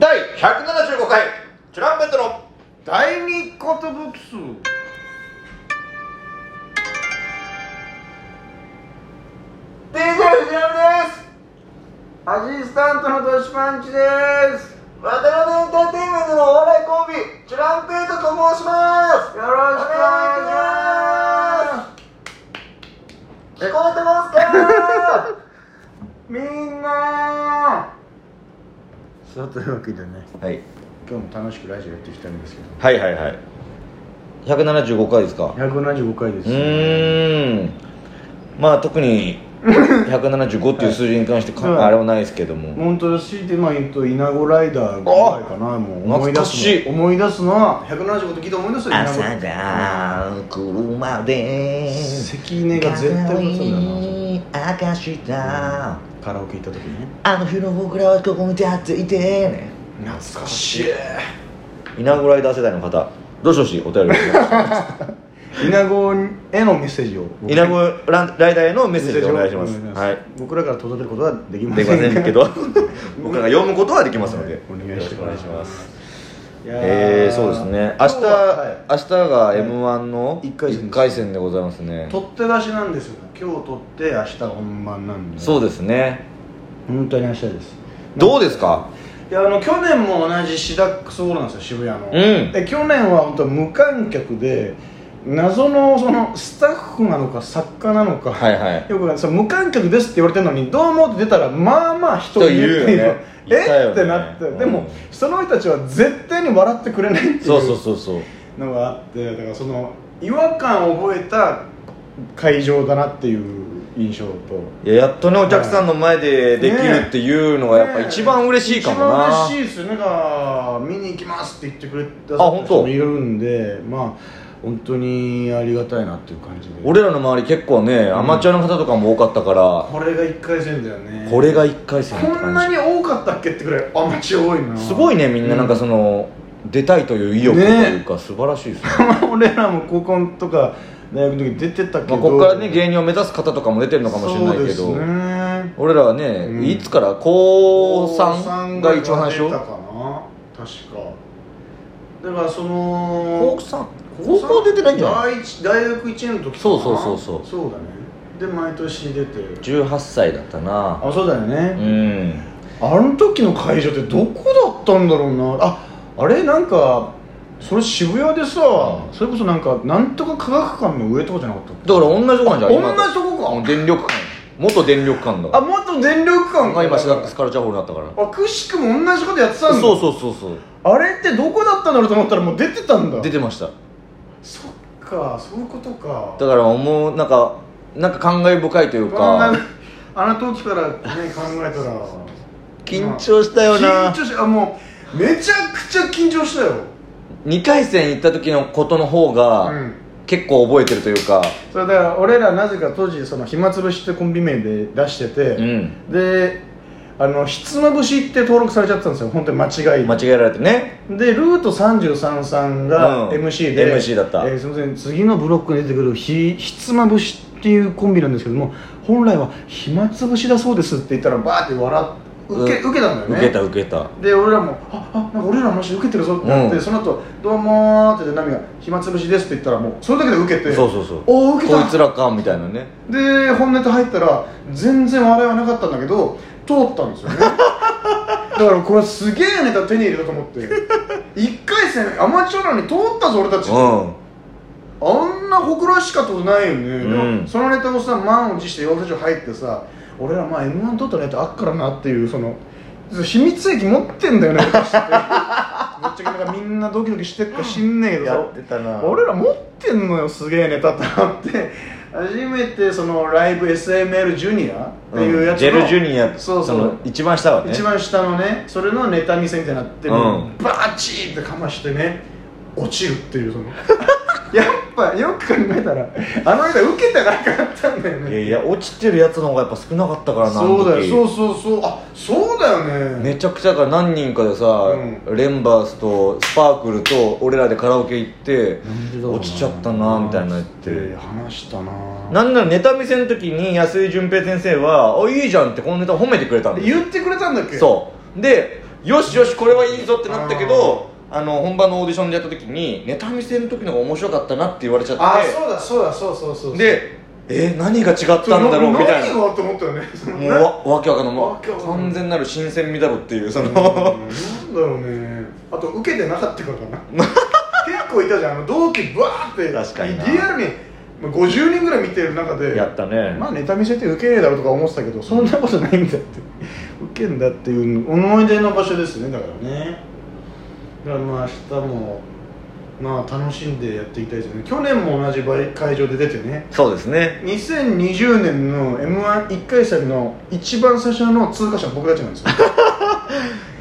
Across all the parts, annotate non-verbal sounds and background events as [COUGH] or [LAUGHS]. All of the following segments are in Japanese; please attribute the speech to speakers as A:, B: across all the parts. A: 第
B: 175回トランペットの
A: 第2寿数
B: ディーゼル藤波です
A: アシスタントのドシパンチです
B: 渡辺エンターテインメントのお笑いコンビトランペットと申します
A: よろしくお願いします
B: 聞こえてますか
A: みんなさあというわけでね
B: はい
A: 今日も楽しくラジオやっていきたいんですけど
B: はいはいはい175回ですか
A: 175回です
B: うーんまあ特に175っていう数字に関してか、
A: はい
B: あれはないですけども
A: 本当だしいてまあ言うと稲子ライダーぐらいかなもう思い出
B: 懐かし
A: す
B: い
A: の思い出すのは175と聞いて思い出すのは稲子
B: が車で
A: 関根が絶対歌うんだよ
B: 明かした
A: なカラオケ行った時ね
B: あの日の僕らはここに立っていてね
A: 懐かしい
B: 稲子ライダー世代の方どしどしお便りをお願いします
A: 稲子へのメッセージを僕
B: 稲子ランライダーへのメッセージをお願いしますはい
A: 僕らから届けることはできませ
B: で
A: ん
B: きませんけ
A: [LAUGHS]
B: ど
A: 僕
B: 僕らが読むことはできますので、
A: お願いします
B: よろしくお願いします
A: いやー
B: えー、そうですね明日
A: 今日は
B: 明日が m 1の
A: 一回戦です
B: 一回戦でございます
A: は
B: ね
A: い取って出しなんですよ今日取って明日本番なんで
B: そう
A: う
B: ですね
A: 本当に明日です
B: どうですか
A: いやあの去年も同じシダックスホールなんですよ渋谷の、
B: うん
A: で去年は本当無観客で謎のそのスタッフなのか作家なのか、
B: はいはい
A: よくその無観客ですって言われてるのにどうもって出たらまあまあ人いるって
B: 人
A: いう
B: いるよねいたよ
A: え
B: ね
A: ってなって、
B: うん
A: でもその人たちは絶対に笑ってくれないってい
B: そうそうそうそう
A: のがあってだからその違和感を覚えた会場だなっていう印象と
B: いややっとねお客さんの前でできるっていうのがやっぱ一番嬉しいかもな、
A: 一番嬉しいですねなんか見に行きますって言ってくれた
B: あ本当
A: 人もいるんでまあ本当にありがたいなっていう感じで
B: 俺らの周り結構ねアマチュアの方とかも多かったから、
A: これが1回戦だよね
B: これが1回戦って
A: こん
B: 感
A: な
B: じ
A: に多かったっけってくらいアマチュア多いな
B: すごいねみんななんかその、出たいという意欲というか、素晴らしいですね
A: [LAUGHS] 俺らも高校とか大学の時出てたけ
B: ま
A: ど、
B: あ、ここからね芸人を目指す方とかも出てるのかもしれないけ
A: そう
B: ど、
A: ですね
B: 俺らはね、
A: うん
B: いつから高3が一番最初
A: 高三が出たかな確かだからその
B: 高3
A: 高
B: 高
A: 三
B: 校出てないんじゃない
A: 第一大学1年の時かな
B: そうそうそうそう
A: そうだねで毎年出て
B: 18歳だったな
A: あそうだよ
B: う
A: ね、
B: ん
A: あの時の会場ってどこだったんだろうなああれなんかそれ渋谷でさ、
B: う
A: それこそなんかなんとか科学館の上とかじゃなかったっけ
B: だから同じとこなんじゃん今
A: 同じとこか
B: うん電力館元電力館
A: あ
B: だ
A: 元電力館
B: が
A: か
B: 今シダックスカルチャーホールだったから
A: あくしくも同じことやってたんだ
B: そうそうそうそう
A: あれってどこだったんだろうと思ったらもう出てたんだ
B: 出てました
A: そっかそういうことか
B: だからもうなんかなんか感慨深いというか
A: あの時からね考えたら
B: 緊張したよ
A: 緊
B: な
A: 張しあもうめちゃくちゃ緊張したよ
B: 2回戦行った時のことの方
A: う
B: が
A: ん
B: 結構覚えてるというか
A: それだから俺らなぜか当時その暇つぶしってコンビ名で出して
B: う
A: て、
B: ん
A: であのひつまぶしって登録されちゃったんですよ本当に間違い
B: 間違えられてね
A: でルート33さんが
B: うん
A: MC で、
B: MC だった
A: えーすみません次のブロックに出てくるひひつまぶしっていうコンビなんですけども本来は暇つぶしだそうですって言ったらバーって笑って受け,、
B: うん
A: 受けたんだよね
B: 受けた受けた
A: で俺らも「ああなんか俺らの話受けてるぞ」ってなって、
B: うん
A: その後どうも」って言ってナミが「暇つぶしです」って言ったらもうそれだけで受けて
B: そうそうそう
A: おお受けた
B: こいつらかみたいなね
A: で本ネタ入ったら全然笑いはなかったんだけど通ったんです
B: [LAUGHS]
A: よねだからこれすげえネタ手に入れたと思って1回戦アマチュアなのに通ったぞ俺たち、
B: うん
A: あんな誇らしかったことないよね、でも
B: うん
A: そのネタをさ満を持して養成所入ってさ俺らまあ m 1取ったネタあっからなっていうその秘密兵器持ってんだよね私
B: [LAUGHS]
A: ってぶっちゃけなんかみんなドキドキしてっか知んねえけどさ
B: たな
A: 俺ら持ってんのよすげえネタってなって初めてそのライブ SML ジュニアっていうやつ
B: ジ
A: の、
B: ェルジュニア
A: そうそう
B: の一番下はね
A: 一番下のねそれのネタ見せみたいになって、もう
B: うん
A: バチーってかましてね落ちるっていうその [LAUGHS] やっぱよく考えたらあのネタ受けたからかったんだよ
B: い
A: ね
B: やいや落ちてるやつの方がやっぱ少なかったからな
A: そうだ
B: あの
A: よ
B: 時
A: そうそうそうあそうだよね
B: めちゃくちゃだから何人かでさ、
A: う
B: レンバースとスパークルと俺らでカラオケ行って
A: なんでだろうな
B: 落ちちゃったなみたいな言って
A: 話したな
B: なんならネタ見せの時に安井淳平先生は「あいいじゃん」ってこのネタ褒めてくれたんですよ
A: 言ってくれたんだっけ
B: そうでよしよしこれはいいぞってなったけどあの本番のオーディションでやった時にネタ見せの時の方が面白かったなって言われちゃ
A: あ
B: っ
A: そうだそうだそうそうそう
B: てでえ何が違ったんだろうみたいな
A: 何がと思っ
B: [LAUGHS]
A: たよねその
B: もうわわけわかんないも
A: わけわ
B: う
A: かんない
B: 完全なる新鮮味だろっていうそ
A: うん
B: の
A: なんだろうねあと受けてなかったからかな結構いたじゃんあの同期バーって
B: 確かにな
A: リアルにまあ50人ぐらい見てる中で
B: やったね
A: まあネタ見せて受けねえだろうとか思ってたけどそんなことないんだって [LAUGHS] 受けんだっていう思い出の場所ですねだからねだからまあ明日もまあ楽しんでやっていきたいですよね去年も同じ場合会場で出てね
B: そうですね
A: 2020年の m 1 1回戦の一番最初の通過者は僕たちなんです
B: [LAUGHS]
A: よ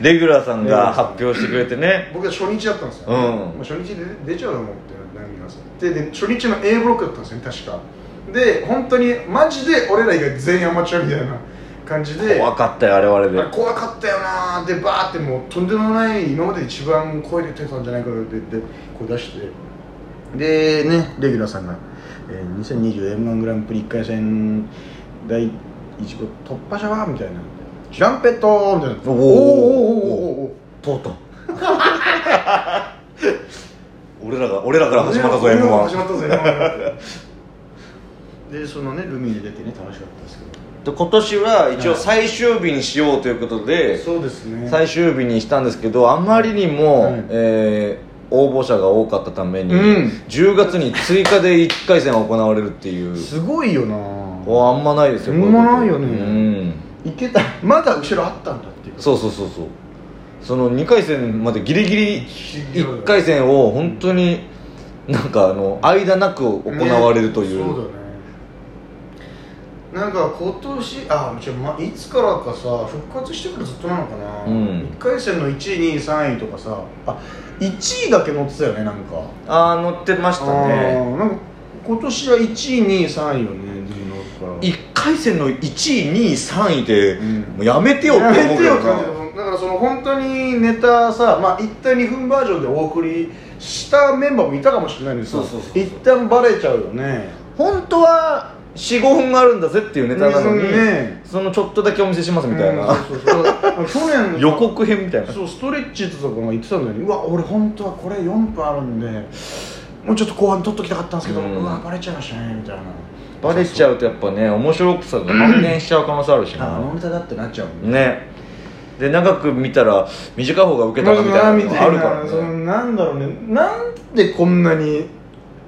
B: レギュラーさんが発表してくれてね
A: 僕たち初日だったんですよ、
B: うん
A: まあ、初日で出ちゃうのもって悩みますでで初日の A ブロックだったんですよね確かで本当にマジで俺ら以外全員アマチュアみたいな感じで
B: 怖かったよあれはあれで
A: あれ怖かったよなーでバーってもうとんでもない今までで一番声出てたんじゃないかなってでこう出してでねレギュラーさんが、えー、2020 m 1グランプリ1回戦第1号突破者はみたいな「チランペット」みたい
B: お
A: な「
B: ー
A: おーおーおーおーおー
B: とうとう俺らが俺らから始まったぞ
A: ね
B: m
A: 始
B: 1
A: まったぞ M1 でそのねルミネ出てね楽しかったですけ
B: 今年は一
A: は
B: 応
A: い
B: 最終日にしようということで、
A: どそうですね
B: 最終日にしたんですけどあまりにも、
A: はい
B: えー応募者が多かったために、
A: うん
B: 10月に追加で1回戦が行われるっていう
A: すごいよな
B: おあんまないですよ
A: あんまないよね
B: こううことうん
A: いけたまだ後ろあったんだっていう
B: そうそうそうそうその2回戦までギリギリ
A: リ
B: 1回戦を本当になんかあの間なく行われるという、
A: ねそうだねなんか今年あじゃあ、ま、いつからかさ復活してからずっとなのかな、
B: うん
A: 1回戦の1位2位3位とかさあ1位だけ乗ってたよねなんか
B: ああ乗ってましたね
A: あーなんか今年は1位2位3位よね全員乗るから
B: 1回戦の1位2位3位で、
A: うん
B: もうやめてよって
A: や
B: 思
A: め
B: う
A: て
B: けど
A: よ
B: な
A: 感じるだからその本当にネタさ、まあ、1対2分バージョンでお送りしたメンバーもいたかもしれないんですけど
B: そうそうそうそう
A: 一旦バレちゃうよね
B: 本当は45分あるんだぜっていうネタなのに、
A: ね
B: そのちょっとだけお見せしますみたいな、
A: うんそうそう
B: [LAUGHS]
A: そう去年
B: 予告編みたいな
A: そうストレッチーズとかも言ってたんだよねうわ俺本当はこれ4分あるんでもうちょっと後半取っときたかったんですけど、
B: う
A: うんわバレちゃいましたねみたいな
B: バレちゃうとやっぱね面白さが半減しちゃう可能性あるし
A: ああの
B: な
A: ネタだってなっちゃうんで
B: ねで長く見たら短い方がウケたなみたいなのがあるから
A: その
B: ね
A: なんだろうねなんでこんなに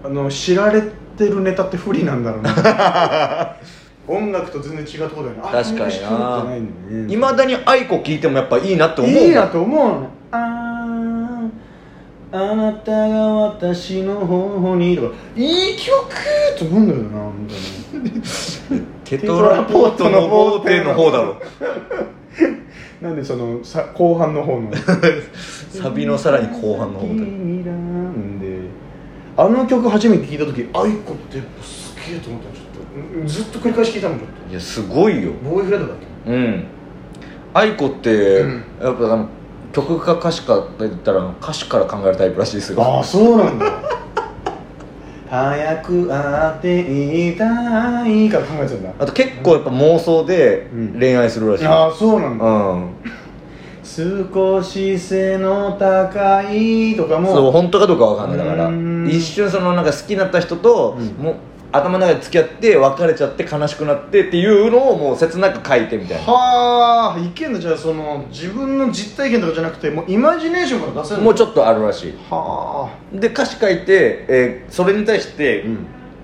A: あの知られてるネタって不利なんだ
B: [LAUGHS]
A: ろうな音楽と全然違うところだよねあ
B: 確かにな
A: こん人持ってないんだね
B: いまだに愛子聞いてもやっぱいいなって思うもん
A: いいなと思うのあーあなたが私の頬にとかいい曲と思うんだよなみたい
B: テトラポートのボーテの方だろ
A: ななんでそのさ後半の方の
B: サビのさらに後半の方だ
A: んであの曲初めて聴いた時あいこってやっぱすげえと思ったのちょっとんずっと繰り返し聴いたもんちょっ
B: いやすごいよ
A: とボーイフレンドだった
B: うん愛子って、
A: うん
B: やっぱあの曲か歌詞かって言ったら歌詞から考えるタイプらしいですよ
A: ああそうなんだ [LAUGHS] 早く会っていたいから考えてたんだ
B: あと結構やっぱ妄想で
A: うん
B: 恋愛するらしい、
A: ああそうなんだ
B: うん
A: 少し背の高いとかも
B: そう本当かどうかわかんないだから
A: うん
B: 一瞬そのなんか好きになった人と、
A: うん
B: もう頭の中で付き合って別れちゃって悲しくなってっていうのをもう切なく書いてみたい
A: はあいけんだじゃあその自分の実体験とかじゃなくてもうイマジネーションから出せ
B: な
A: る
B: もうち
A: ょっ
B: ょっとあるらしい
A: とは
B: で歌詞書いて、えーそれに対して、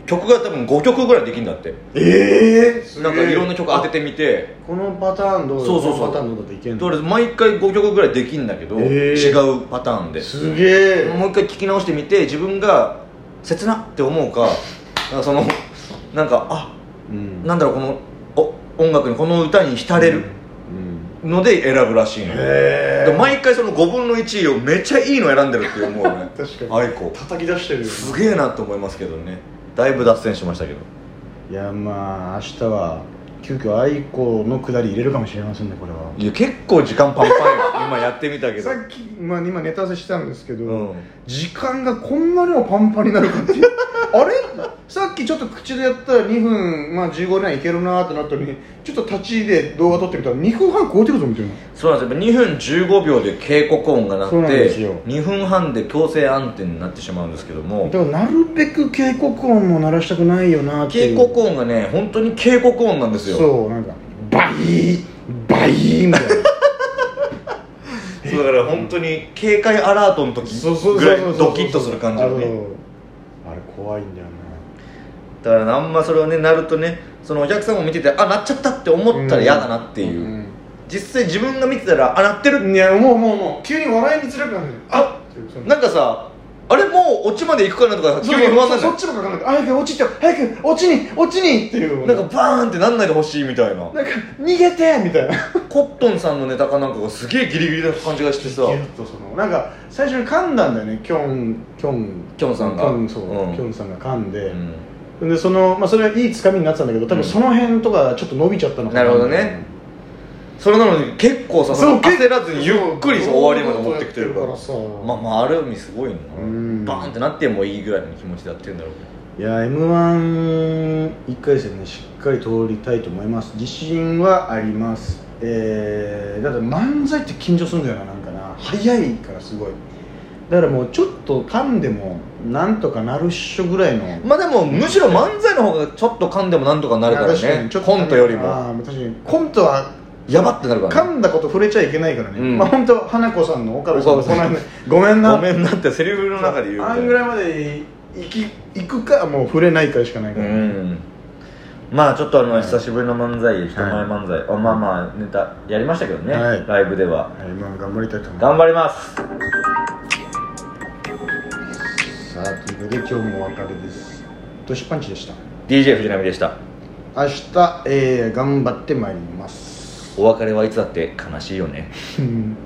A: あ、
B: 曲が多分5曲ぐらいできるんだって
A: ええ
B: なんかいろんな曲当て
A: て
B: てみて
A: このパターンどうだ
B: そうそうそう
A: このパターンどうだっていけん
B: と
A: の
B: りあえず毎回5曲ぐらいできるんだけど、
A: えー
B: 違うパターンです
A: げえ
B: もう一回聞き直してみて自分が切なって思うかなんかそのなんかあ
A: うん
B: なんだろうこのお音楽にこの歌に浸れる
A: うん
B: ので選ぶらしいの
A: へ
B: で毎回その5分の1をめっちゃいいの選んでるって思うね
A: 確かに
B: アイコ
A: 叩き出してるよね
B: すげえなと思いますけどねだいぶ脱線しましたけど
A: いやまあ明日は急遽愛子のくだり入れるかもしれませんねこれはい
B: や結構時間パンパンよ今やってみたけど
A: さっき、まあ、今ネタ合わせしてたんですけど、
B: うん
A: 時間がこんなにもパンパンになるか [LAUGHS] っていうあれさっきちょっと口でやったら2分、まあ、15年いけるなーってなったのにちちょっと立ちで動画撮ってみたら2分半超えてるぞみたいな
B: そうなんですよ2分15秒で警告音が鳴っ
A: そうなんで
B: て
A: すよ
B: 2分半で強制暗転になってしまうんですけども
A: だからなるべく警告音も鳴らしたくないよなって
B: 警
A: いう
B: 告音がね本当に警告音なんですよ
A: そうなんかバイーバイーみたい
B: [LAUGHS]
A: な
B: そうだから本当に警戒アラートの時ぐらいドキッとする感じ
A: あ
B: の
A: の
B: ね
A: あれ怖いんだよね
B: だからあんまそれをねなるとねそのお客さんも見ててあなっちゃったって思ったら嫌だなっていう、実際自分が見てたらあなってる
A: うんいやもうもうもう急に笑いに辛くなるあっ
B: なんかさあれもうオチまで行くかなとか急に不安なんだ
A: そそっ
B: よ
A: ちもかかんない早く落ちちゃう早く落ちに落ちにっていう
B: なんかバーンってなんないでほしいみたいな
A: なんか逃げてみたいな
B: コットンさんのネタかなんかがすげえギリギリな感じがしてさ
A: ギュッとそのなんか最初に噛んだんだよねキョンキョン
B: キョンさんが
A: キョンそう、
B: うん
A: キョンさんが噛んで
B: う、ん
A: でそのまあそれはいいつかみになってたんだけど多
B: う
A: 分
B: ん
A: その辺とかちょっと伸びちゃったのかな
B: なるほどねそれなのに結構さ
A: そう結構
B: 焦らずにゆっくりさ終わりまで持ってきてるから
A: そうそうそう
B: まあまあある意味すごいな
A: うん
B: バーンってなってもいいぐらいの気持ちでやってるんだろう
A: いや m 1 1回戦ねしっかり通りたいと思います自信はありますえー、だって漫才って緊張するんだよななんかな早いからすごいだからもうちょっと噛んでもなんとかなるっしょぐらいの
B: けどまあでもむしろ漫才の方がちょっと噛んでもなんとかなるから
A: 確か
B: ね
A: にちょっと
B: コントよりも
A: あー確かにコントは
B: やばってなるから
A: 噛
B: ね
A: んだこと触れちゃいけないからね、
B: うん
A: まあ本当花子さんの岡部さんの
B: 岡部さん
A: この間ごめんな
B: ごめんなってセリフの中で言うみ
A: あ
B: たい
A: んぐ
B: な
A: らいまで行き行くかもう触れないかしかないか
B: う
A: ら、
B: んまあちょっとあの、
A: はい
B: 久しぶりの漫才人前漫才、あまあまあネタやりましたけどね、
A: はい
B: ライブでは
A: はいまあ頑張りたいと思います
B: 頑張ります
A: さあということで今日もお別れですドシパンチでした
B: DJ 藤波でした
A: 明日、えー頑張ってまいります
B: [LAUGHS] お別れはいつだって悲しいよね
A: うん